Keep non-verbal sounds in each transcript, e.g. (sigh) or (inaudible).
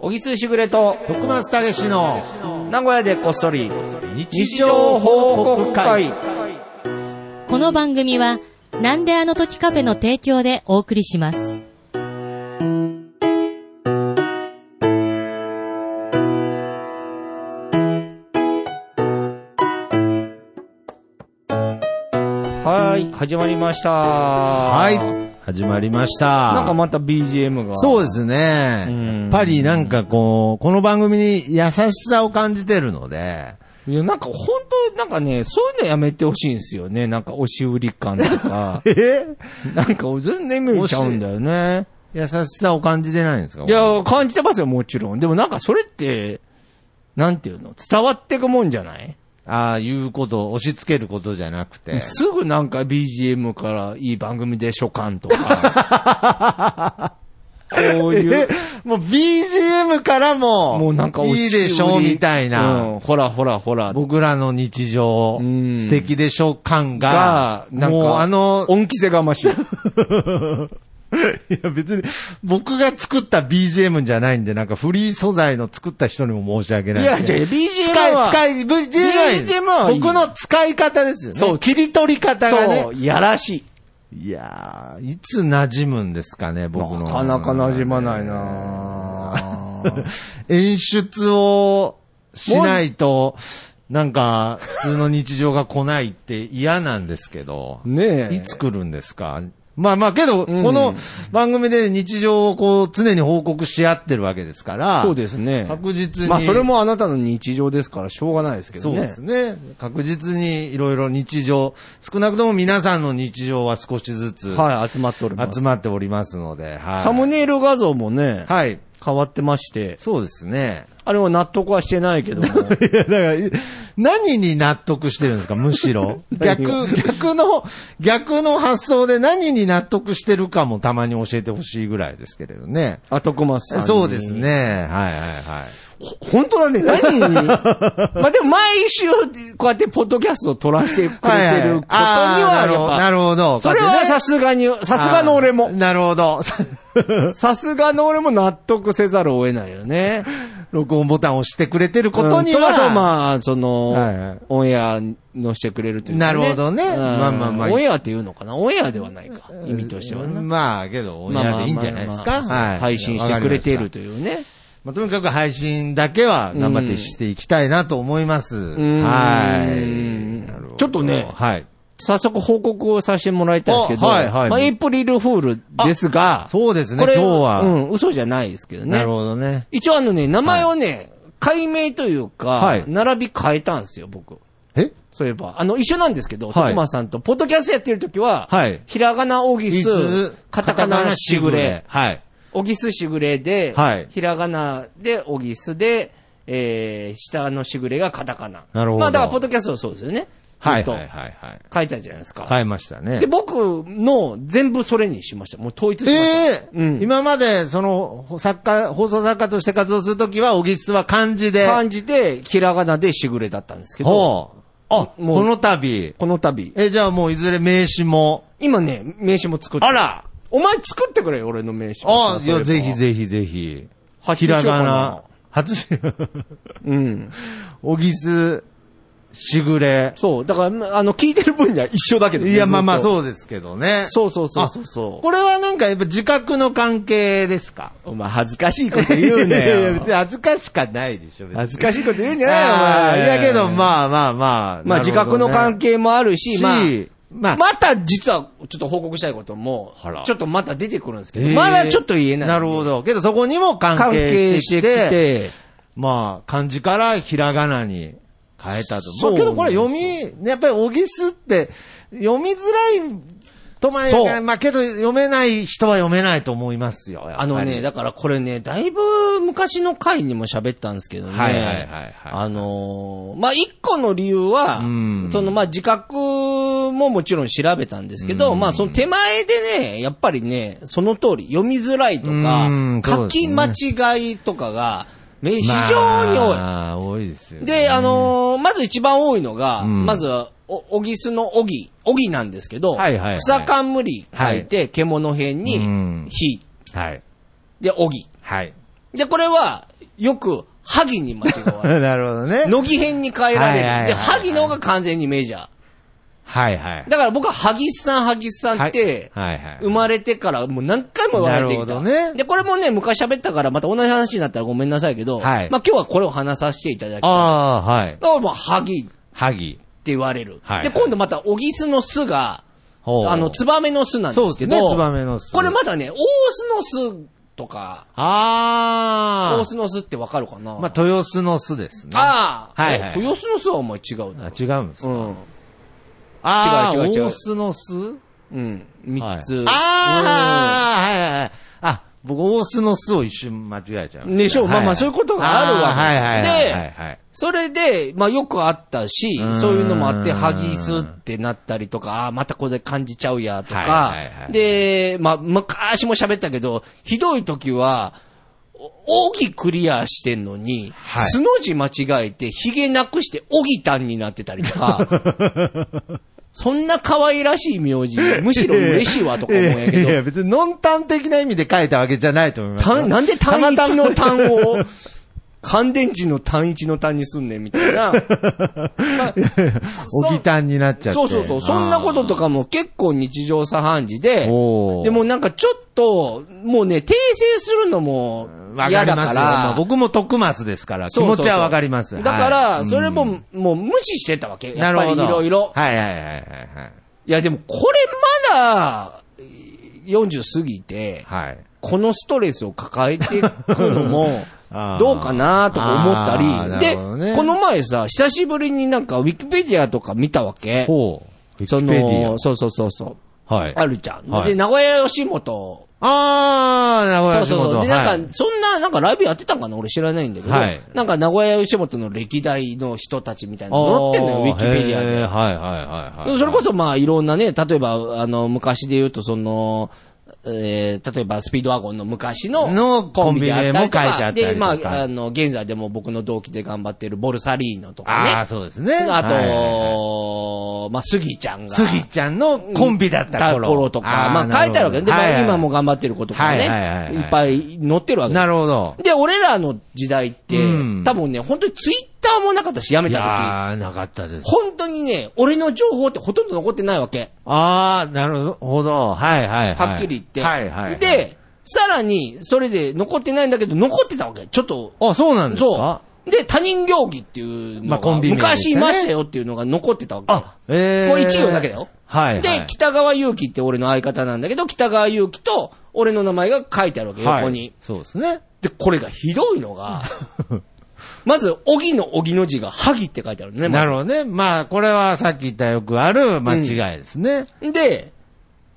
おひつしぐれと、徳松たけしの名古屋でこっそり、日常報告会。この番組は、なんであの時カフェの提供でお送りします。はい、始まりました。はい。始まりました。なんかまた BGM が。そうですね。うんやっぱりなんかこう、この番組に優しさを感じてるので、。いや、なんか本当なんかね、そういうのやめてほしいんですよね。なんか押し売り感とか (laughs) えなんか全然見えちゃうんだよね。優しさを感じてないんですかい、や、感じてますよ、もちろん。でもなんかそれって、なんていうの伝わってくもんじゃないああ、いうこと、押し付けることじゃなくて。すぐなんか BGM からいい番組で所感とか。 (laughs) こういうえ。もう BGM からも、もうなんかい押し売りいでしょうみたいな、うん、ほらほらほら。僕らの日常、うん素敵でしょう感が、、がなんか、もうあの、恩着せがまし (laughs) い。いや別に、僕が作った BGM じゃないんで、なんかフリー素材の作った人にも申し訳ないい。や、じゃあ使い、 BGM は、使い、BGM は BGM 僕の使い方ですよね。そう切り取り方がそう、ね。やらしい。いやー、いつ馴染むんですかね、僕の。なかなか馴染まないなぁ (laughs) 演出をしないと、なんか、普通の日常が来ないって嫌なんですけど。ねえ。いつ来るんですかまあまあけど、うんこの番組で日常をこう常に報告し合ってるわけですから。そうですね。確実に。まあ、それもあなたの日常ですから、しょうがないですけどそうね。ですね。確実にいろいろ日常、少なくとも皆さんの日常は少しずつはい、集まっております。集まっておりますので。はい。サムネイル画像もね、はい。変わってまして、そうですね。あれは納得はして (laughs) ないけ (laughs) ども。いや、だから、い何に納得してるんですか、むし (laughs) ろ。逆、逆の、逆の発想で何に納得してるかもたまに教えてほしいぐらいですけれどね。あ、徳松さんに。そうですね。はいはいはい。本当 (laughs) だね。何にまあでも毎週、こうやってポッドキャストを撮らせてくれてることにはいはいはあーなるほどやっぱなるほどそれはさすがに、さすがの俺あもー。なるほど。さすがの俺も納得せざるを得ないよ (laughs) ね。 (laughs) 録音ボタンを押してくれてることにうんとあとは、まあ、その、はいはいオンエアのしてくれるというか、なるほどねうんまあまあまあオンエアっていうのかなオンエアではないか。意味としてはな。まあ、けど、オンエアでいいんじゃないですまか。あまあまあはい。配信してくれているわかりましというね。た。まあ、とにかく配信だけは頑張ってしていきたいなと思います。うんはいなるほど。ちょっとねはい。早速報告をさせてもらいたいんですけど、あはいはいまあ、エイプリルフールですが、そうですね、これ今日は。うん、嘘じゃないですけどなねる。ほどね。一応あのね、名前をね、改名というか、はい並び変えたんですよ、僕。えそういえば。あの、一緒なんですけど、はい徳間さんと、ポッドキャストやってる時は、はいひらがなオギス、カタカナしぐれ、はい。オギスしぐれで、はいひらがなでオギスで、えー、下のしぐれがカタカナ。なるほどまあだから、ポッドキャストはそうですよね。はずいっとはいはいはい。書いたじゃないですか。変えましたね。で、僕の全部それにしました。もう統一しました。ええうん今まで、その、作家、放送作家として活動するときは、小木須は漢字で。感じで、ひらがなでしぐれだったんですけど、ほう。あ、もうこの度。この度、え、じゃあもういずれ名刺も。今ね、名刺も作って。あらお前作ってくれよ、俺の名刺。あ、いや、ぜひひ。ぜひぜひ。発ひ注しよらうかがなな。初し、うん。 (laughs) 小木須、しぐれ。そう。だからま、あの、聞いてる分には一緒だけどねいや、まあまあずっとそうですけどね。そうそうそうそうそうあこれはなんかやっぱ自覚の関係ですかお前恥ずかしいこと言うないやいや別によ。恥ずかしかないでしょ、別に恥ずかしいこと言うんじゃあないーよ、お前。いやけど、まあまあまあ。まあ、自覚の関係係もあるし、まあ、まあ、また実はちょっと報告したいこともあら、ちょっとまた出てくるんですけえど、ーまだちょっと言えない。なるほど。けどそこにも関関係係ししててききて、て、まあ、漢字からひらがなに変えたと。まそあ、うけどこれ読み、やっぱり小木すって、読みづらいとまそえ、うまあけど読めない人は読めないと思いますよ。やっぱありのね、だからこれね、だいぶ昔の回にも喋ったんですけどね。はいはいはいはいあのーまあ、一個の理由はうん、その、まあ、自覚ももちろん調べたんですけど、まあ、その手前でね、やっぱりね、その通り、読みづらいとかうん、そう書ですきね間違いとかが、め非常に多い。まあ、多いですよ、ね。で、あのーまず一番多いのが、うんまずは、お、おぎすのおぎ、おぎなんですけど、はいはいはい草冠書いて、獣編うにん、ひ、はい。で、おぎ。 (laughs) はい。で、これは、よく、萩に間違われる。 (laughs) なるほどね。乃木編に変えられる。はいはいはいで、萩の方が完全にメジャー。はいはい。だから僕は萩さん、萩さんって、はいはいはい生まれてからもう何回も言われてきなるた。ほどねで、これもね、昔喋ったからまた同じ話になったらごめんなさいけど、はいまあ今日はこれを話させていただきたい。ああ、はい。だからもう、萩って萩。言われる。はいで、今度また、おぎすの巣が、ほうあの、ツバメの巣なんですけど、そうですねツバメの巣これまだね、大須の巣とか、あ大あ。須の巣ってわかるかなまあ、豊洲の巣ですね。ああ、はいはい豊洲の巣はお前違うな。あ違うんですうか。ん。あー違う違う違う大須の巣うん。はい三つ。ああ、はいはいはい。あ、僕、大須の巣を一瞬間違えちゃう。でしょうはいまあまあそういうことがあるわけはいはいはいではいはい。それで、まあよくあったしうーん、そういうのもあって、ハギスってなったりとか、ああー、またこれ感じちゃうや、とかはいはいは、いで、まあ昔も喋ったけど、ひどい時は、おぎクリアしてんのに、はいすの字間違えて、ひげなくして、おぎたんになってたりとか、 (laughs) そんな可愛らしい名字、むしろ嬉しいわとか思うんやいけ (laughs) やいど、 (laughs) や、別に、ノン単的な意味で書いたわけじゃないと思いますよ。単なんで単一のたま (laughs) 単を、乾電池の単一の単にすんねんみたい (laughs) な。たまおぎたんになっちゃって。そうそうそう。そんなこととかも結構日常茶飯事で、おーでもなんかちょっと、もうね、訂正するのもわか嫌りだまかすよ。まあら。僕も徳松ですから、気そうそう持そうちはわかります。だかはら、いそれも、うんもう無視してたわけ。やなっるぱりほいど。ろいろ。はいはいはいはいはい。いやでもこれまだ、40過ぎて、はい。このストレスを抱えていくのも (laughs) あー、どうかなとか思ったあーり、なで、るほどねこの前さ、久しぶりになんかウィキペディアとか見たわけ。ほう。そウィキペディの、そうそうそうそう。アはい。あるじゃん。はいで、名古屋吉本。あー、名古そ屋う仕そう事。そう。で、なんか、か、そんな、なんかライブやってたんかな俺知らないんだけど、はいなんか名古屋吉本の歴代の人たちみたいなの載ってんのよ、ウィキペディアへでーはいはいはいはい。それこそ、まあ、いろんなね、例えば、あの、昔で言うと、その、えー、例えば、スピードワゴンの昔ののコンビであったりとコンビ名も書いてあか、ったりで、とかまあ、あの、現在でも僕の同期で頑張ってるボルサリーノとかね。あー、あそうですね。と、はいはいはいまあ、スギちゃんが。スギちゃんのコンビだった頃。とか、まあ書いてあるわけど、で、まあ今も頑張ってることかね、はいいはいはいはいっぱい載ってるわけなるほど。で、俺らの時代って、うん多分ね、本当にツイッターもなかったし、やめいた時。やー、なかったです。本当にね、俺の情報ってほとんど残ってないわけ。あー、なるほど。はいはいはい。はっきり言って。はいはい。、で、さらに、それで残ってないんだけど、残ってたわけ。ちょっと。あ、そうなんですかそう。で、他人行儀っていうのまが、あコンビ名です昔ねいましたよっていうのが残ってたわけ。あ、えー。もう一行だけだよ。はいはい。で、北川祐希って俺の相方なんだけど、北川祐希と俺の名前が書いてあるわけ、はい横に。そうですね。で、これがひどいの (laughs) が、まず、おぎのおぎの字が、はぎって書いてあるのね、まなずるほどね。まあ、これはさっき言ったよくある間違いですね。で、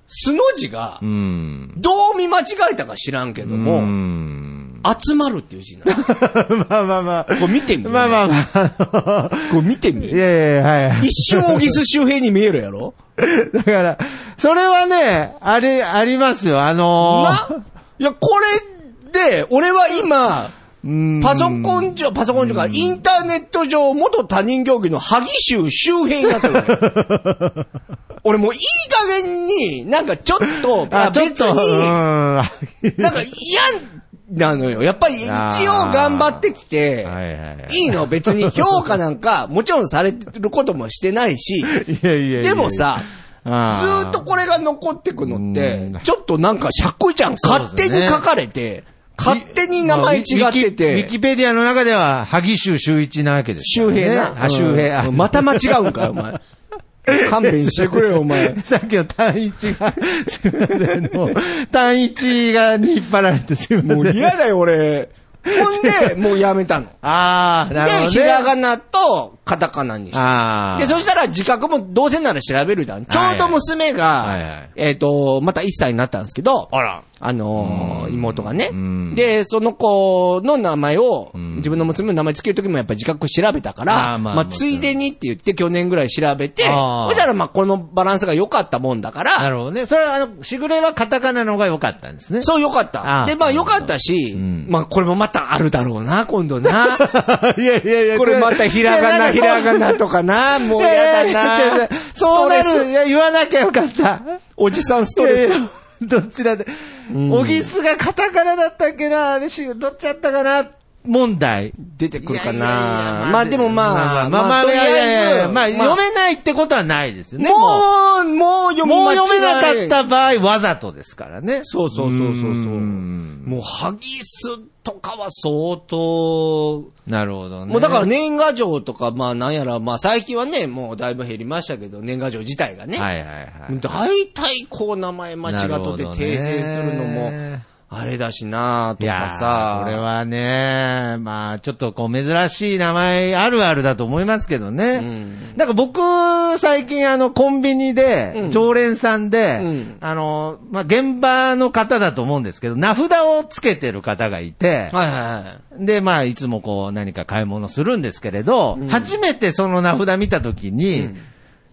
すの字がう、ん。どう見間違えたか知らんけどうも、ん。集まるっていう字なの。こ (laughs) まあまあまあ。れ見てみようね (laughs) まあまあまあ。これ見てみいようやいや、はいはい。一瞬おぎす周平に見えるやろだから、それはね、あれ、ありますよ。あのー、ないや、これで、俺は今、うんパソコン上、パソコン上から、インターネット上、元他人行儀の萩州周辺になってるわ (laughs) け。俺もういい加減に、なんかちょっと、あ、ちょっ別と、に、うん。なんか嫌なのよ。やっぱり一応頑張ってきて、 (laughs) はいはいはい。いいの別に評価なんか、もちろんされてることもしてないし、いやいやいやいやでもさ、ずずーっとこれが残ってくのっうんて、ちょっとなんかしゃっこいちゃん勝手に書かれて、勝手に名前違ってウィキウィてキ、ペディアの中では、萩州周一なわけですよ周ね。平な。あ、周平。うあんまた間違うんかよ、お前。勘弁してくれよ、お (laughs) 前。さっきの単一が、すいません、もう、単一がに引っ張られてすいまもせ。うん嫌だよ、俺。ほんで、もうやめたの。あー、なるほど、で、ね。ひらがなとカタカナにした。あー。で、そしたら自覚もどうせなら調べるじゃん。ちょうど娘はいはいが、えっと、また1歳になったんですけど、あら。あのー妹がねうん。で、その子の名前を、ん自分の娘の名前つけるときもやっぱ自覚調べたかあーら、まあまあ、もちろんついでにって言って去年ぐらい調べて、あーそしたらまあ、このバランスが良かったもんだかなら、るほどね。それは、あの、しぐれはカタカナの方が良かったんですね。そう良かっあた。ーで、まあ良かったし、んまあこれもまたあるだろうな、今度 (laughs) な。いやいやいやこれまたひら (laughs) がな、ひらがなとかな、もうやだな。そうスなトレる。スいや、言わなきゃよかった。おじさんストレいやスいや。どちらで、うんオギスがカタカナだったっけな、あれし、どっちだったかな、問題。出てくるかいやいやいやなまあでもまあ、まあまあ、とりいやいやいあえやず、まあ、読めないってことはないですよね。ももう、もう読う、み間も違うい読めなかった場合、わざとですからね。そうそうそうそうそう。んもう、ハギスとかは相当、なるほどね。もうだから年賀状とか、まあなんやら、まあ最近はね、もうだいぶ減りましたけど、年賀状自体がね。はいはいはい。大体こう名前間違っとって訂正するのなるほども、ねあれだしなといやかさ。ーこれはね、まあ、ちょっとこう、珍しい名前あるあるだと思いますけどうね。んなんか僕、最近あの、コンビニで、うん常連さんで、うんあの、まあ、現場の方だと思うんですけど、名札をつけてる方がいて、はいはいはい。で、まあ、いつもこう、何か買い物するんですけれど、うん初めてその名札見たときに、うん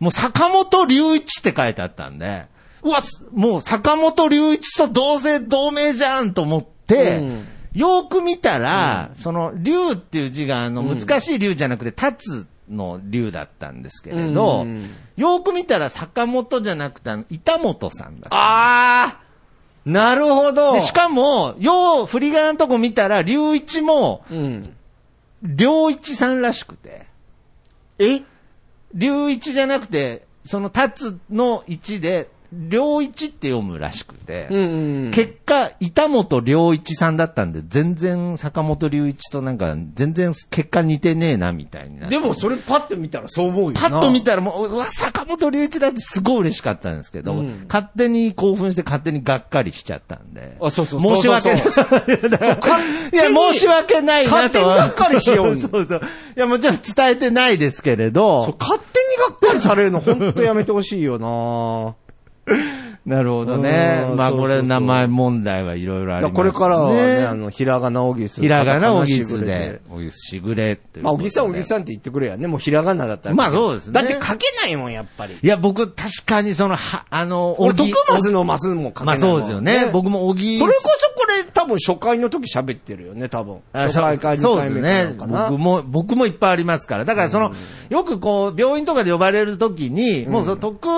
もう坂本隆一って書いてあったんで、うわ、すもう坂本隆一と同姓同名じゃんと思って、うんよーく見たら、その、龍っていう字が、あの、難しい龍じゃなくて、立つの龍だったんですけれど、うんよーく見たら坂本じゃなくて、あの、板本さんだった。あーなるほどでしかも、よう振り仮名のとこ見たら、龍一も、うん。良一さんらしくて、え龍一じゃなくて、その立つの一で、良一って読むらしくて、うんうん。結果、板本良一さんだったんで、全然坂本龍一となんか、全然結果似てねえな、みたいになってでもそれパッと見たらそう思うよな。パッと見たらもう、うわ、坂本龍一だってすごい嬉しかったんですけど、うん勝手に興奮して勝手にがっかりしちゃったんで。あそうそう申し訳ない。そうそいや、申し訳ないなと。勝手にがっかりしよう (laughs) そうそうそう。いや、もちろん伝えてないですけれそうど。勝手にがっかりされるの、ほんとやめてほしいよななるほどねう。んまあ、そうそこうそうれ名前問題はいろいろあります、ね。これからはね、あの、ひらがなおぎす。ひらがなおぎカタカナしすぐれで、おぎすしぐれっていうまあ、ことおでぎさんおぎさんって言ってくれやね。もうひらがなだったら。まあそうですねだって書けないもん、やっぱり。いや、僕、確かにその、は、あの、俺、お徳ぎ松のマスも書けまなあ、いもん。そうですよね。僕もおぎそれこそこれ、多分初回の時喋ってるよね、多分。あ初回か2そう回です目かなん。かな。ね僕も、僕もいっぱいありますから。だからその、よくこう、病院とかで呼ばれるときに、もうその、徳、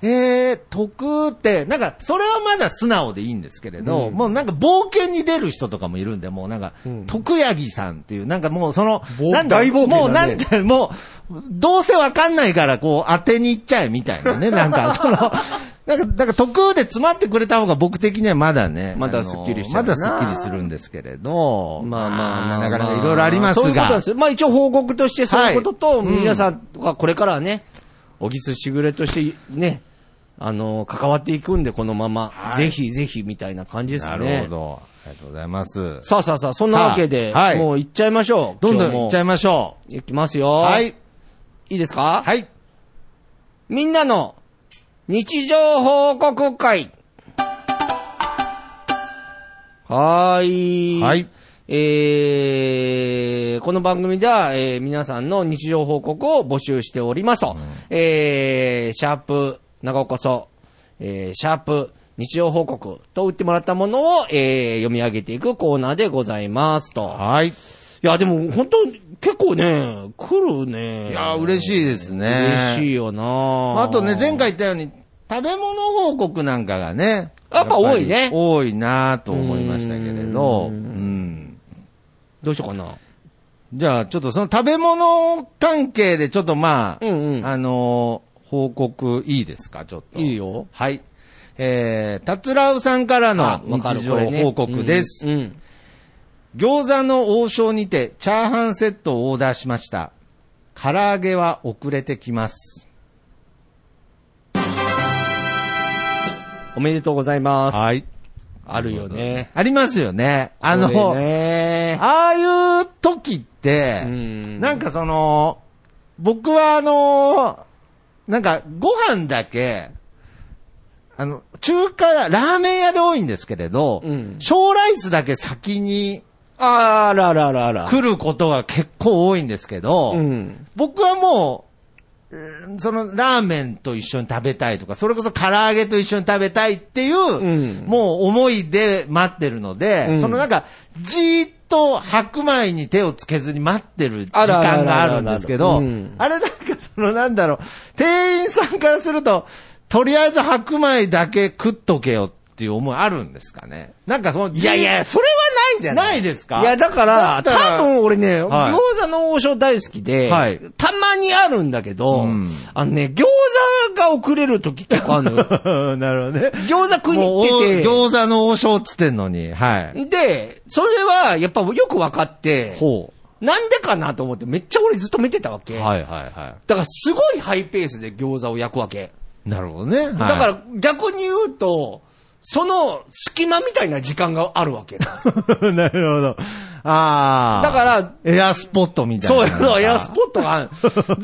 えー、徳って、なんか、それはまだ素直でいいんですけれど、うんもうなんか冒険に出る人とかもいるんで、もうなんか、うん徳柳さんっていう、なんかもうその、冒なんだ大冒険だねもうなんて、もう、どうせわかんないから、こう、当てに行っちゃえみたいなね、 (laughs) なんか、その、なんか、だから、徳で詰まってくれた方が僕的にはまだね、まだあのスッキリしちゃうまなだスッキリするんですけれど、まあまあ、なかなかいろいろありますが。そういうことなんですよまあ一応報告としてそういうことと、はいうん皆さんがこれからはね、おぎすしぐれとしてね、あの、関わっていくんで、このまま、はいぜひぜひみたいな感じですね。なるほど。ありがとうございます。さあさあさあ、そんなわけで、さあはいもう行っちゃいましょう。どんどん行っちゃいいましょ行きますよ。う。は。い。いいですかはい。みんなの日常報告会。はーい。はい。えー、この番組では、えー皆さんの日常報告を募集しておりますと。えー、シャープ、長岡そ、えー、シャープ、日常報告と打ってもらったものを、えー、読み上げていくコーナーでございますと。はい。いいや、でも本当結構ね、来るね。やー、嬉しいですね。嬉しいい。よなあとね、前回言ったように、食べ物報告なんかがね。やっぱ多いねやっぱり多いなと思いましたけれど。ううんん。どうしようかな。じゃあ、ちょっとその食べ物関係で、ちょっとまあ、うんうんあのー報告いいですか、ちょっと。いいよ。はい。えー、たつらうさんからのあわかる日常報告です。これねうん。餃子の王将にてチャーハンセットをオーダーしました。唐揚げは遅れてきます。おめでとうございます。はい。あるよね。ありますよね。あの、これねああいう時って、うんなんかその、僕はあの、なんかご飯だけ、あの、中華ラ、ラーメン屋で多いんですけれど、うん小ライスだけ先にあーらあらあらあら。来ることが結構多いんですけど、うん。僕はもううん、そのラーメンと一緒に食べたいとか、それこそ唐揚げと一緒に食べたいっていう、んもう思いで待ってるので、うんそのなんか、じーっと白米に手をつけずに待ってる時あらあらあらあら間があるんですけどうん、あれなんかそのなんだろう、店員さんからすると、とりあえず白米だけ食っとけよって。っていう思いあるんですかねなんかその、いやいや、それはないんじゃないないですかいや、だから、だったら多分俺ね、はい餃子の王将大好きで、はいたまにあるんだけど、うん。あのね、餃子が遅れる時結構あるのよ (laughs) なるほどね。餃子食いにもう行ってて、お餃子の王将っつってんのに、はい。で、それはやっぱよく分かって、ほなんでかなと思ってめっちゃ俺ずっと見てたわう。け。はいはいはだからすごいハイペースで餃子を焼くわけ。い。なるほどね。はいだから逆に言うと、その隙間みたいな時間があるわけさ。 (laughs) なるほど。ああ。だから、エアスポットみたいそうな。いうの、エアスポットがある。ずー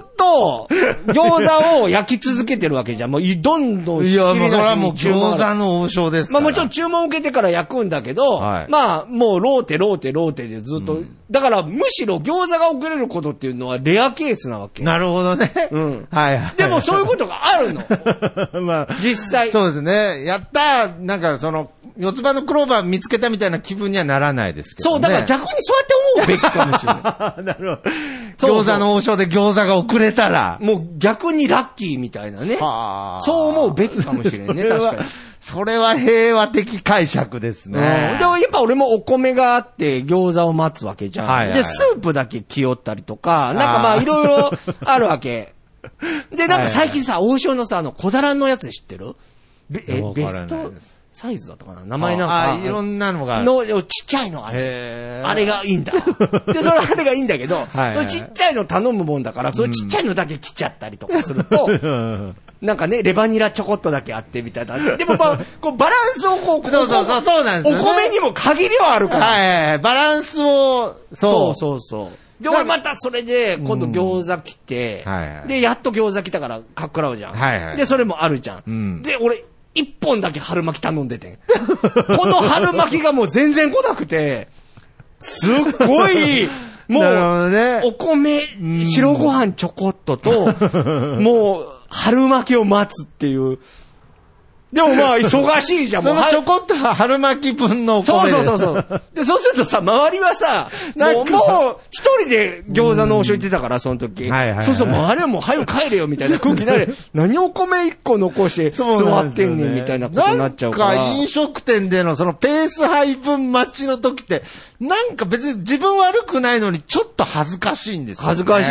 っと、餃子を焼き続けてるわけじゃん。もうい、どんどんいや、もうそれはもう引き出しに注餃文が子の王将ですまかあら。もちろん注文を受けてから焼くんだけど、はいまあもうローテローテローテでずっと、だからむしろ餃子が遅れることっていうのはレアケースなわけ。なるほどね。うんはいはい。でもそういうことがある (laughs) の。と。 (laughs) まあ、実際。そうですね。やったーなんかその、四つ葉のクローバー見つけたみたいな気分にはならないですけそど、ね。う、だから逆にそうやって思うべきかもしれな逆 (laughs) なるほそど。うそう餃子の王将で餃子が遅れたらい。。もう逆にラッキーみたいなね。はあそう思うべきかもしれんね、それ確はかに。 (laughs) それは平和的解釈ですうん、でね。もやっぱ俺もお米があって餃子を待つわけじゃん。はいはいで、スープだけ気負ったりとか、なんかまああーいろいろあるわ (laughs) け。で、なんはいはかい最近さ、王将のさ、あの小皿のやつ知ってるべえわベからないスですトサイズだったかな名前なんか。あいろんなのがあ (laughs) る。の、ちっちゃいのあれ。へーあれがいいん (laughs) だ。で、それあれがいいんだけど、いはいそのちっちゃいの頼むもんだから、そのちっちゃいのだけ切っちゃったりとかする (laughs) と、 (laughs) なんかね、レバニラちょこっとだけあってみたいな。でもまあ、こうバランスをこう、こそうそうそうそうなんですよねお米にも限りはあるから。はいはいはい。バランスを、そそうう。そうそう。で、俺またそれで、今度餃子来て、うんはいはいで、やっと餃子来たから、かっくらうじゃん。はいはいで、それもあるじゃん。うんで、俺、一本だけ春巻き頼んでてん。 (laughs) この春巻きがもう全然来なくて、すっご (laughs) い、もなるほどう、ねお米、ん白ご飯ちょこっと (laughs) と、もう、春巻きを待つっていう。でもまあ、忙しいじゃん、も。そうのちょこっと春巻き分のおそう米そうそでうそう。 (laughs) で、そうするとさ、周りはさ、もなんう、かもう一人で餃子の王将行ってたから、その時。はいはいはいそうそう、周りはもう、早く帰れよ、みたい (laughs) な空気になる。何お米一個残して、座そうなんっですてよんねねん、みたいなことになっちゃうから。なんか飲食店でのそのペース配分待ちの時って、なんか別に自分悪くないのにちょっと恥ずかしいんですよ、ね。恥ずかしし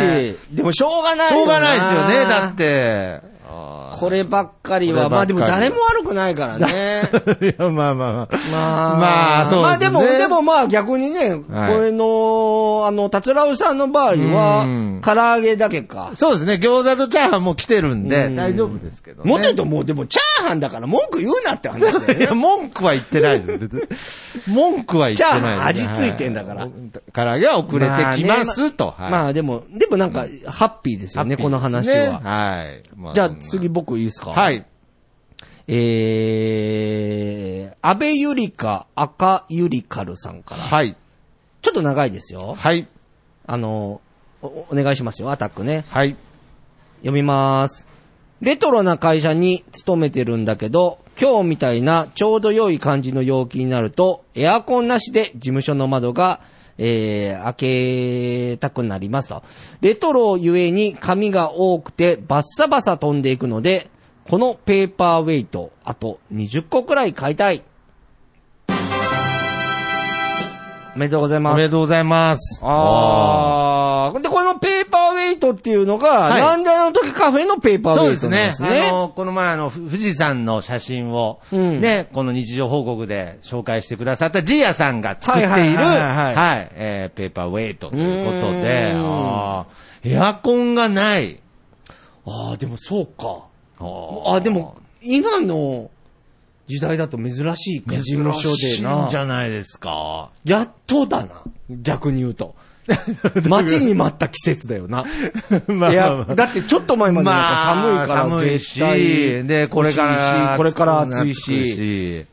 い。でも、しょうがないょようながないですよね、だっ。て。あこればっかりは、まこればあっかでりも誰も悪くないから (laughs) ね。ーいや、まあまあまあ。まあ、まあ、そうまあでですね。も、でもまあ逆にね、これの、あの、達郎さんの場合うはん、唐揚げだけか。そうですね、餃子とチャーハンも来てるんうで、ん大丈夫ですけどね。もっと言うともう、でも、チャーハンだから文句言うなって話だよね (laughs) い。や、文句は言ってないです別に。文句は言ってなチいです。ャーハン味付いてんだからはい唐揚げは遅れてきます、と。まあねまはいまあでも、でもなんか、ハッピーですよね、この話ですねは。はい。まじゃあそんな次僕いいですかはい。えー、安倍ゆりか赤ゆりかるさんから。はい。ちょっと長いですよ。はい。あの、おお願いしますよ、アタックね。はい。読みます。レトロな会社に勤めてるんだけど、今日みたいなちょうど良い感じの陽気になると、エアコンなしで事務所の窓が、えー、開けたくなりますと。レトロゆえに紙が多くてバッサバサ飛んでいくので、このペーパーウェイト、あと20個くらい買いたい。おめでとうございおまめすで。とうございます。ああ。で、このペーパーウェイトっていうのが、はいなんであの時カフェのペーパーウそうェでイトすなんねで。すね。あの、この前あの、ふ富士山の写真を、うんね、この日常報告で紹介してくださったジーヤさんが作っている、ははいいはいはいはいえーペーパーウェイトということで、うーんあーエアコンがない。ああ、でもそうか。ああ、でも、今の時代だと珍しいか、事務所で珍しいんなじ。ゃないですか。やっとだな。逆に言う (laughs) と。待ちに待った季節だよな。まあいまあや、まあだってちょっと前までなんか寒いからまあ寒い絶対し、で、これか欲しいら、しこれから暑い暑し。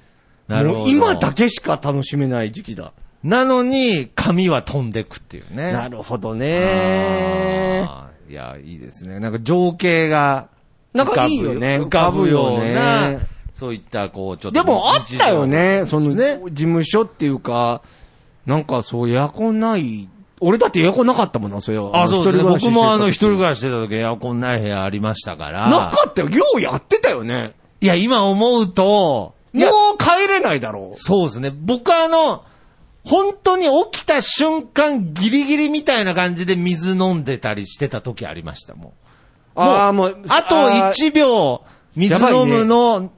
なるほもど。う今だけしか楽しめない時期だ。なのに、髪は飛んでくっていうね。なるほどね。あーいや、いいですね。なんか情景がな浮んかぶ、かいいよね。浮かぶよう浮かぶよなね、そういった、こう、ちょっと。でもあったよね。その、ね事務所っていうか、なんかそう、エアコンない。俺だってエアコンなかったもんな、それは。あ、そうですね。の一僕人暮らししてた時もあの、一人暮らししてた時、エアコンない部屋ありましたから。なかったよ。ようやってたよね。いや、今思うと、いやもう帰れないだろう。そうですね。僕はあの、本当に起きた瞬間ギリギリみたいな感じで水飲んでたりしてた時ありました、もう。あーもうあとあー1秒、水やばい飲ねむの、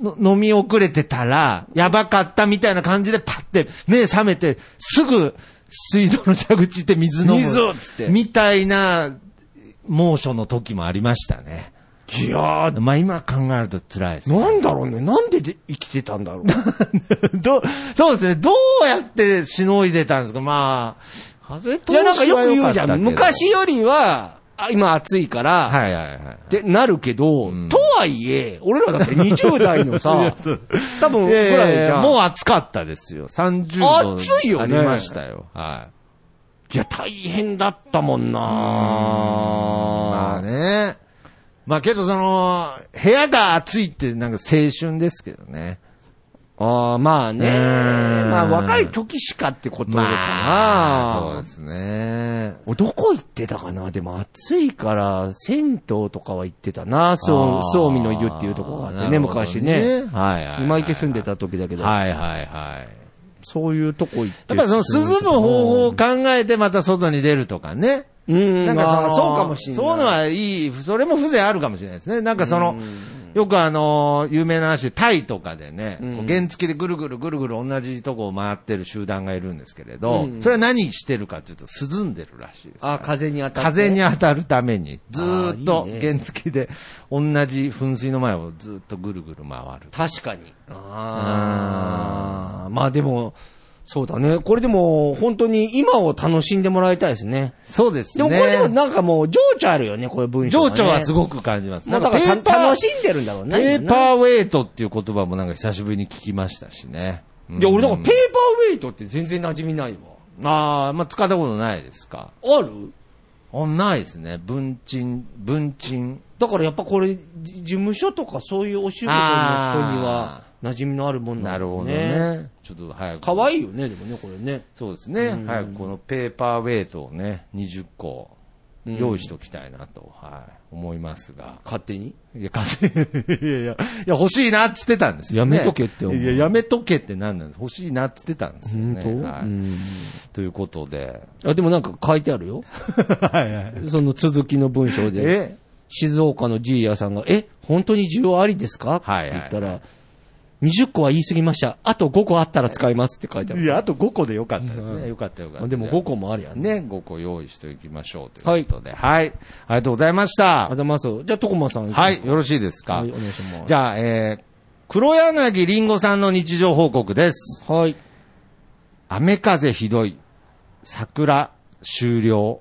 の飲み遅れてたら、やばかったみたいな感じでパッて目覚めて、すぐ水道の蛇口行って水飲む。水をっつってみたいな猛暑の時もありましたね。いやー、まあ今考えると辛いですね。なんだろうね。なんでで生きてたんだろう。 (laughs) どう、そうですね。どうやってしのいでたんですかまあ、風通いや、しはなんかよく言うじ良ゃかったん。けど昔よりは、あ今暑いから、はいはいはい。ってなるけど、んとはいえ、俺らだって20代の (laughs) いさやそう、多分ぐらいじゃん。もう暑かったですよ。30度。暑いよねありましたよ。はい。いや、大変だったもんなまあまあね。まあけどその、部屋が暑いってなんか青春ですけどね。あーまあね。うーんまあ若い時しかってことかな、そうですね。俺どこ行ってたかなでも暑いから、銭湯とかは行ってたなそう、そうみの湯っていうとこがあってなね、るほど昔ね。はいはいはい。今池住んでた時だけど、はいはいはい。そういうとこ行ってやっぱその涼む方法を考えてまた外に出るとかね。うん、なんかそまの、あそうかもしれない。そういうのはいい、それも風情あるかもしれないですね。なんかその、よくあのー、有名な話で、タイとかでね、んこう原付でぐるぐるぐるぐる同じとこを回ってる集団がいるんですけれど、うんそれは何してるかというと、涼んでるらしいですから、あ、風に当たって。風に当たるために、ずーっあとーいいね原付で同じ噴水の前をずーっとぐるぐる回る。確かに。ああ。まあでも、そうだね。これでも、本当に今を楽しんでもらいたいですね。そうですでね。もこれでもなんかもう情緒あるよね、こういう文章、ね。情緒はすい。ごく感じます。なんかペーパたー楽しんでるんだろうね。ペーパーウェイトっていう言葉もなんか久しぶりに聞きましたしね。いや、俺なんかペーーパーウェイトって全然馴染みないわ。ああ、まあ、使ったことないですか。あるあ、ないですね。文鎮、文鎮。だからやっぱこれ、じ事務所とかそういうお仕事の人には馴染みのあるもんなんだよね。ちょっと早く。可愛い。いよね、でもね、これね。そうですね。早くこのペーパーウェイトをね、20個用意しておきたいなと、はい、思いますが。勝手に。いや、勝手に (laughs) いやいや、いや、欲しいなっつってたんですよ、ね。やめとけって思ういや、やめとけってなんなんです欲しいなっつってたんですよね。本当はいうんというこ (laughs) とで。あ、でもなんか書いてあるよ。はいはい。その続きの文章で。え静岡のジーヤさんが、え、本当に需要ありですかはいはいって言ったら、20個は言い過ぎました。あと5個あったら使いますって書いてあいる。や、あと5個でよかったですね。よかったよかまっあた。でも5個もあるやんね。ね、5個用意しておきましょうということで。はい。ありがとうございましたあ。ざます。じゃあ、徳間さん。はい、よろしいですか。はいお願いしますじゃあ、えー、黒柳りんごさんの日常報告です。はい。雨風ひどい。桜終了。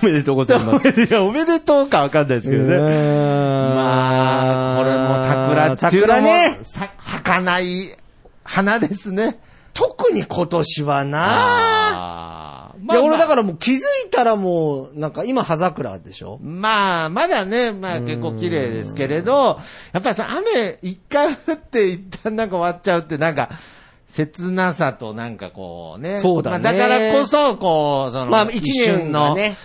おめでとうございます。いや、おめでとうかわかんないですけど (laughs) ね。まあ、これも桜っていうの桜もね。さ儚い花ですね。特に今年はなあーいや、俺だからもう気づいたらもう、なんか今、葉桜でしょまあ、まだね、まあ結構綺麗ですけれど、やっぱりその雨一回降って一旦なんか終わっちゃうってなんか、切なさとなんかこうね。そうだねまあだからこそ、こう、その、まあ、一年の一瞬ね、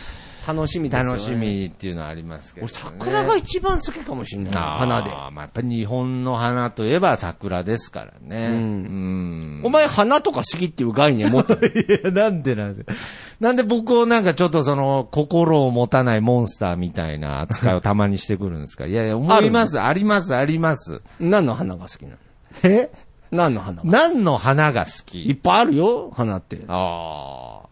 楽しみですよね。楽し。みっていうのはありますけど、俺、ね。桜が一番好きかもしれない。あー花で。まあやっぱり日本の花といえば桜ですからね。うんうんお前、花とか好きっていう概念持 (laughs) ってる。いや、なんでなんですか。なんで僕をなんかちょっとその、心を持たないモンスターみたいな扱いをたまにしてくるんですかいやいや、思います、あります、あります。何の花が好きなのえ何の花が何の花が好いっきぱいあるよ、花って。ああ。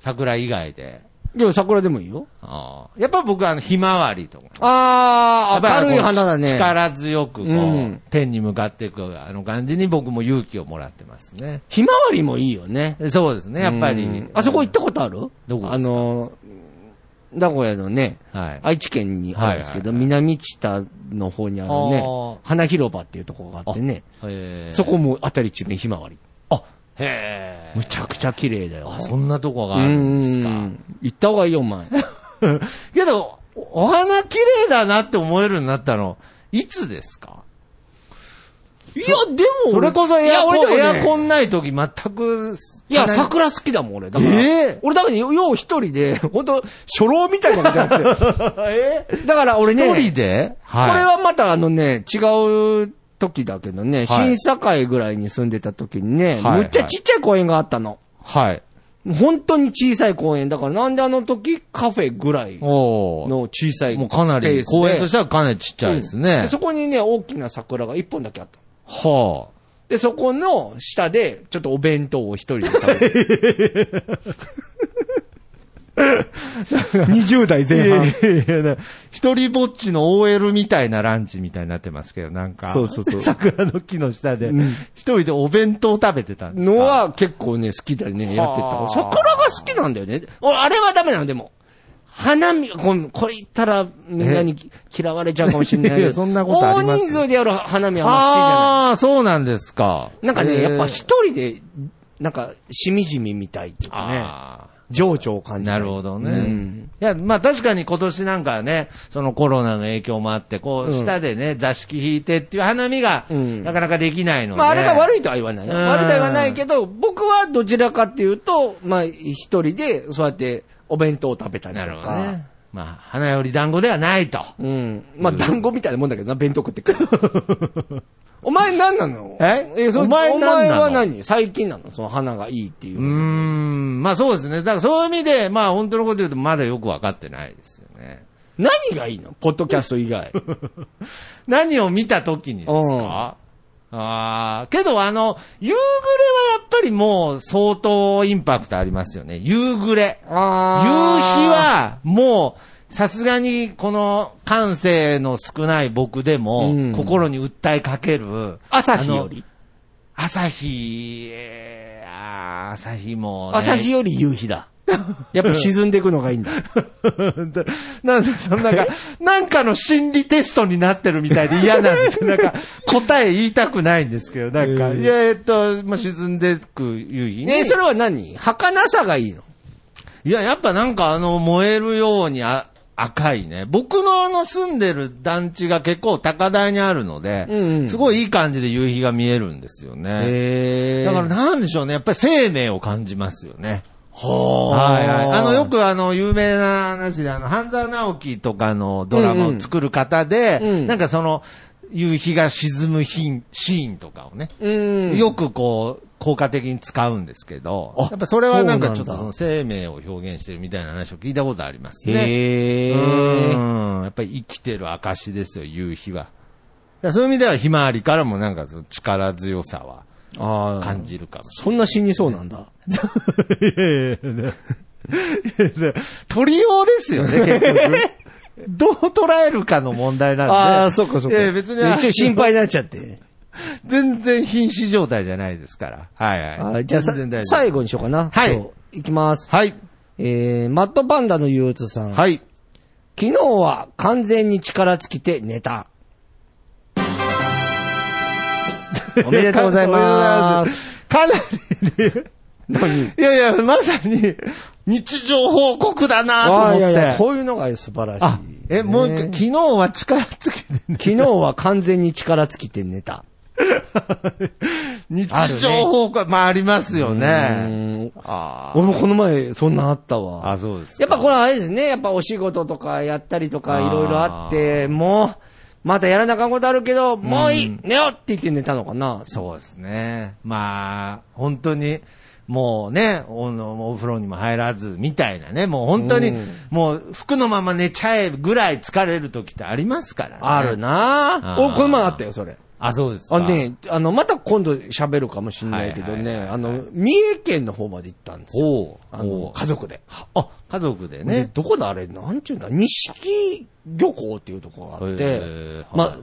桜以外で。でも桜でもいいよ。ああ。やっぱ僕はあの、ひまわりとか。あー、明るい花だね。力強くこう、うん天に向かっていくあの感じに僕も勇気をもらってますね。ひまわりもいいよね。そうですね、やっぱうりん。あそこ行ったことあるどこですかあの、名古屋のね、はい。愛知県にあるんですけど、はいは南知多の方にあるあねー、花広場っていうところがあってね、へえそこもあたり一面ひまわり。あ、へえむ。ちゃくちゃ綺麗だよ。あ、そんなとこがあるんですうか。ん行った方がいいよ、お (laughs) 前。けど、おお花綺麗だなって思えるようになったの、いつですかいや、でも、それこそいエや、アコ俺ン、でもねエアコンない時全く。いや、桜好きだもん、俺。だから。ええ俺、だから、よう一人で、本当初老みたいなことや (laughs) って。だから、俺ね、一人でこれははまた、あのね、違う時だけどね、はい審査会ぐらいに住んでた時にね、はいむっちゃちっちゃい公園があったの。い。はい。本当に小さい公園。だから、なんであの時カフェぐらいのおー小さいもうかスなペーり、スで公園としてはかなりちっちゃいですうんね。そこにね、大きな桜が一本だけあった。はで、そこの下で、ちょっとお弁当を一人で食べる。20代あ。いやいやいやな一人ぼっちの OL みたいなランチみたいになってますけど、なんか。そうそうそう (laughs) 桜の木の下でん、一人でお弁当食べてたんですかのは結構ね、好きだね、やってはた。あ桜が好きなんだよね。俺、あれはダメなの、でも。花見、こんこれ言ったらみんなに嫌われちゃうかもしれないけど。いやそんなことあります大人数でやる花見はあんま好ああ、そうなんですか。きじゃない。なんかね、えーやっぱ一人で、なんか、しみじみみたいっていうかね。ああ。情緒を感じなたるほどね。うんいや、まあ確かに今年なんかはね、そのコロナの影響もあって、うこう、ん下でね、座敷引いてっていう花見が、うんなかなかできないので。まあ、あれが悪い。いとは言わないね。うん悪いとは言わないけど、僕はどちらかっていうと、まあ、一人で、そうやってお弁当を食べたりなとるほどか。ね。まあ、花より団子ではないと。うん。まあ、団子みたいなもんだけどな、弁当食ってくる。 (laughs) お前何なのえそお前何なのお前は何最近なのその花がいいっていうーう。ん、まあそうですね。だからそういう意味で、まあ本当のこと言うとまだよく分かってないですよね。何がいいのポッドキャスト以 (laughs) 外。何を見た時にですうんかああ、けどあの、夕暮れはやっぱりもう相当インパクトありますよね。夕暮れ。夕日あは、もう、さすがに、この感性の少ない僕でも、うん心に訴えかける、朝日より。朝日、えーあー朝日も、ね、朝日より夕日だ。やっぱ沈んでいくのがいいん (laughs) だ。なんで、そのなんか、 (laughs) なんかの心理テストになってるみたいで嫌なんですよ。 (laughs) なんか、答え言いたくないんですけど、なんか、えーいや、えっと、まあ、沈んでく夕日ね。え、それは何儚さがいいのいや、やっぱなんかあの、燃えるようにあ赤いね。僕のあの住んでる団地が結構高台にあるので、うんうんすごいいい感じで夕日が見えるんですよね。へだからなんでしょうね。やっぱり生命を感じますよね。ははいはい。あの、よ、くあの、有名な話で、あの、半沢直樹とかのドラマを作る方で、うんうんなんかその、夕日が沈むシーンシーンとかをね、うん。よくこう、効果的に使うんですけどあ、やっぱそれはなんかちそょうなっんだとその生命を表現してるみたいな話を聞いたことありますね。へー。うん。やっぱり生きてる証ですよ、夕日は。だからそういう意味ではひまわりからもなんかその力強さはあ感じるかもしそんな死にそうなんだ。れない。 (laughs) 鳥用ですよね、 (laughs) 結局。どう捉えるかの問題なんで。ああ、そっかそっか。いや別に、一応心配になっちゃって。全然瀕死状態じゃないですから。はいあはーい。じゃあさ全然大丈夫、最後にしようかな。はいそう。いきます。はい。えー、マットパンダの憂鬱さん。はい。昨日は完全に力尽きて寝た。 (laughs) おめでとうございます。かなりね、いやいや、まさに、日常報告だなと (laughs) 思あーって。いやいや、こういうのが素晴らしい。あ、え、もう一回、ね昨日は力尽きてね、昨日は完全に力尽きて寝た。日あるね常報告、まあありますよね。ねあー俺もこの前、そんなあったわ。あ、そうですか。やっぱこれあれですね、やっぱお仕事とかやったりとかあーいろいろあって、もう、またやらなあかんことあるけど、もういい寝ようって言って寝たのかなそうですね。まあ、本当に、もうね、おのお風呂にも入らず、みたいなね、もう本当に、うんもう服のまま寝ちゃえぐらい疲れる時ってありますからね。ある。なあー俺、この前あったよ、それ。あ、そうですか。あ、ね、あの、また今度喋るかもしんないけどはいはね、いはいあの、三重県の方まで行ったんですよ。おうあのおう家族で。あ、家族でねね、。どこだあれ、なんちゅうんだ、錦漁港っていうとこがあっへてー、まはあい、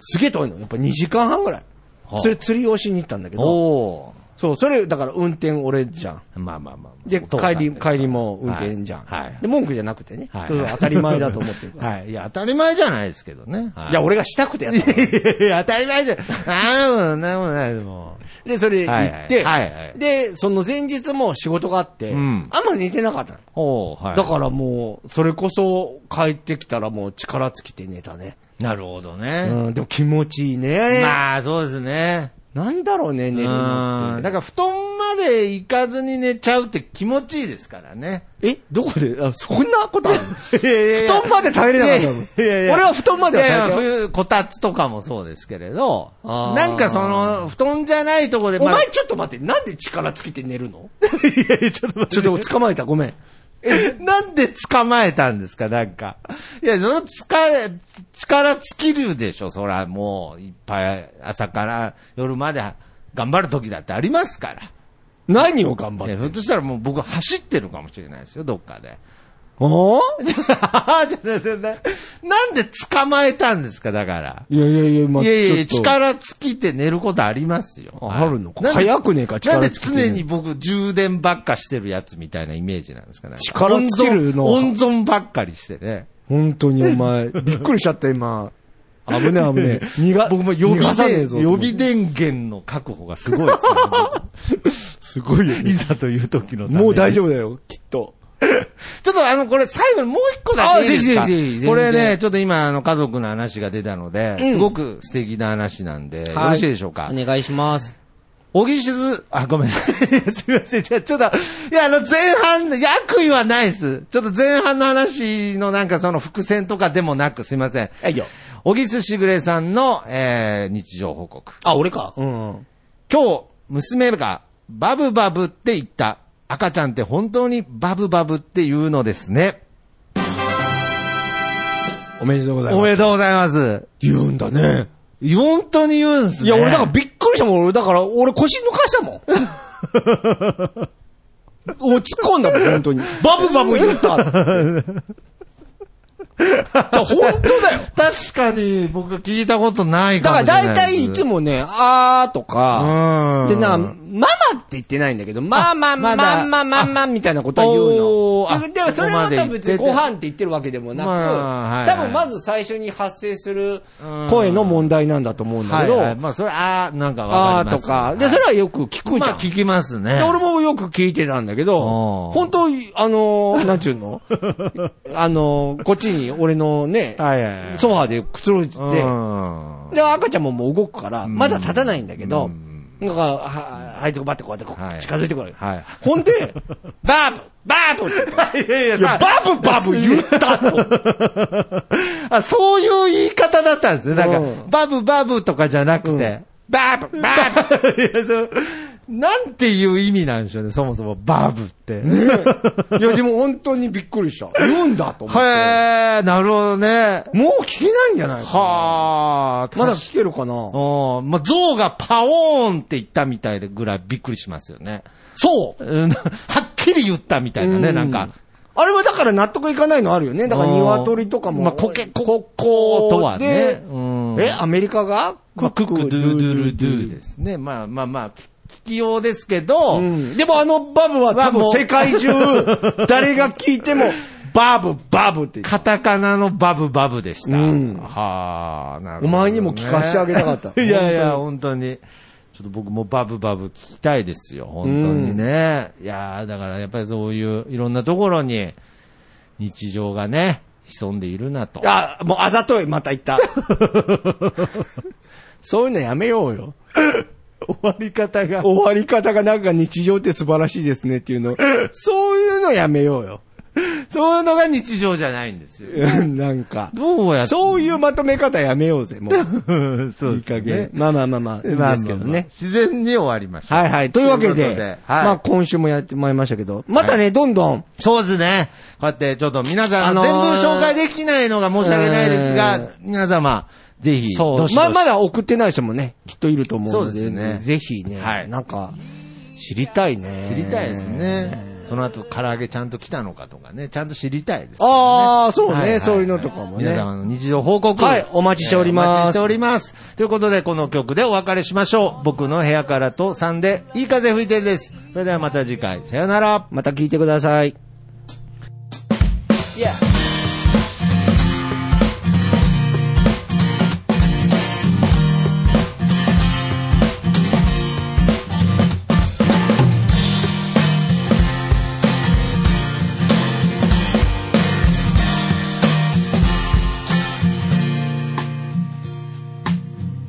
すげえ遠いの。やっぱ2時間半ぐらいは。いそれ釣りをしに行ったんだけど、おそう、それ、だから運転俺じゃん。お。まあまあまあ。で、お父さ帰んり、ですから帰りも運転じゃん。はい。はいで、文句じゃなくてね。はいそうそう当たり前だと思ってるから。はい。いや、当たり前じゃないですけどね。はいじゃあ俺がしたくてやったの。 (laughs) いや当たり前じゃん。ああ、なんもない、もで、それで行って、はいはいはいはいで、その前日も仕事があって、うんあんま寝てなかったの。う。おう、はい。だからもう、それこそ帰ってきたらもう力尽きて寝たね。なるほうどね。ん、でも気持ちいいね。まあ、そうですね。なんだろうね、寝るのっうんて。だから布団まで行かずに寝ちゃうって気持ちいいですからね。え、どこであ、そんなことある (laughs) いやいや布いや団まで耐えれなかったのいやいやいや俺は布団までいはやいや、耐えれ冬、こたつとかもそうですけれど、あーなんかその、布団じゃないとこで、おまあ前ちょっと待って、なんで力尽きて寝るのいやいやちょっとち待ょっってと捕まえた、ごめん。えなんで捕まえたんですか、なんか。いや、その疲れ、力尽きるでしょ、そら、もう、いっぱい、朝から夜まで頑張る時だってありますから。何を頑張っていやひょっとしたらもう僕走ってるかもしれないですよ、どっかで。おーじゃあじゃあ (laughs) ななななんで捕まえたんですか、だから。いやいやいや、まあ、いやいやいや、ちょっと力尽きて寝ることありますよ。ああるのかなんで早くねえかなん力で尽きて寝る常に僕、充電ばっかしてるやつみたいなイメージなんですかね。力尽きるのは温存温存ばっかりしてね。本当にお前、 (laughs) びっくりしちゃった、今。危ねえ危ね (laughs) え。逃が、僕も予備逃がさねえ電ぞ予備電源の確保がすごいです (laughs) すごいよねねいざという時のためにもう大丈夫だよ、きっと。ちょっとあの、これ最後にもう一個だけいいですかあぜひぜひぜひこれ全ね、然ちょっと今、あの、家族の話が出たので、うんすごく素敵な話なんで、よろしいでしょうか。願いし (laughs) ます。おぎしず、あ、ごめんなさい。すみません。じゃあちょっと、いや、あの、前半、悪意はないです。ちょっと前半の話のなんかその伏線とかでもなく、すみません。はいよ。おぎすしぐれさんの、えー、日常報告。あ、俺か。うん。今日、娘が、バブバブって言った。赤ちゃんって本当にバブバブって言うのですね。おめでとうございます。おめでとうございます。言うんだね。本当に言うんですいね。や、俺なんかびっくりしたもん。俺、だから、俺腰抜かした (laughs) もん。俺突っ込んだもん、本当に。バブバブ言ったって。 (laughs) じゃ、本当 (laughs) だよ。確かに僕聞いたことないだかかもらしれない大体いつも。もね、あーとかう、んでな、ママって言ってないんだけど、まあまあまあまだまあまあまあまあみたいなことは言おうーあの。ででもそれはまた別にそこごまで飯っ言っててて言ってるわけでもなく、まあはいはい多分まず最初に発生する声の問題なんだと思うんだはけい、ど、はい。まあ、それ、あー、なんかあわかーりとます。か、で、それはよく聞くじまゃんあ、。聞きますね。で俺もよく聞いてたんだけどお、ー本当に、あのー、なんちゅうのあのー、こっちに俺のね、はいはいはいソファーでくつろいでて、うんで、赤ちゃんももう動くから、んまだ立たないんだけどう、なんか、は、はいつこばってこうやってこはうい近づいてこる。はいほんで、バブバブって言った。いやいやいや、バブバブ言ったと。あ、そういう言い方だったんですね。なんか、うんバブバブとかじゃなくて。バブバブいや、そう、なんていう意味なんでしょうね、そもそもバブって。いや、でも本当にびっくりした。言うんだと思って。へえ、なるほどね。もう聞けないんじゃないかなはあ、まだ確か聞けるかなおーまあ、象がパオーンって言ったみたいでぐらいびっくりしますよね。そううん、 (laughs) はっきり言ったみたいなね、なんか。。あれはだから納得いかないのあるよね。だから鶏とかも。まあコケココとはでねうんえ、アメリカが。まあ、クックドゥードゥルドゥですすね。まあまあまあ、聞きようですけど、うんでもあのバブは多分世界 (laughs) 中、誰が聞いても、バブ、バブって言う。カタカナのバブバブでした。うんはあ、なるほど、お前にも聞かしてあげたかった (laughs) いやいや、本当に。ちょっと僕もバブバブ聞きたいですよ、本当にね。いやーだからやっぱりそういういろんなところに日常がね、潜んでいるなと。あ、もうあざとい、また言 (laughs) った。そういうのやめようよ。終わり方が終わり方がなんか日常って素晴らしいですねっていうの。そういうのやめようよ。そういうのが日常じゃないんですよ。うんなんか。どうやって (laughs) そういうまとめ方やめようぜ、もう。うんそういいです加ね減。まあまあまあまあ、いい (laughs) まあまあまあですけどね。自然に終わりました。はいはい。というわけというで、ことではいまあ今週もやってまいりましたけど、またね、どんどん、そうですね。こうやってちょっと皆さん、あのー全部紹介できないのが申し訳ないですが、えー皆様、ぜひ、どしどまあしまだ送ってない人もね、きっといると思うので、そうですねぜひね、はいなんか、知りたいね。知りたいですね。その後、唐揚げちゃんと来たのかとかね、ちゃんと知りたいです、ね。ああ、そうね、はいはいそういうのとかも皆ね。様の日常報告。はいお待ちしておりますお待ちしております。ということで、この曲でお別れしましょう。僕の部屋からと3で、いい風吹いてるです。それではまた次回、さよなら。また聞いてください。 「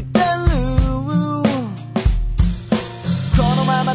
いてるこのまま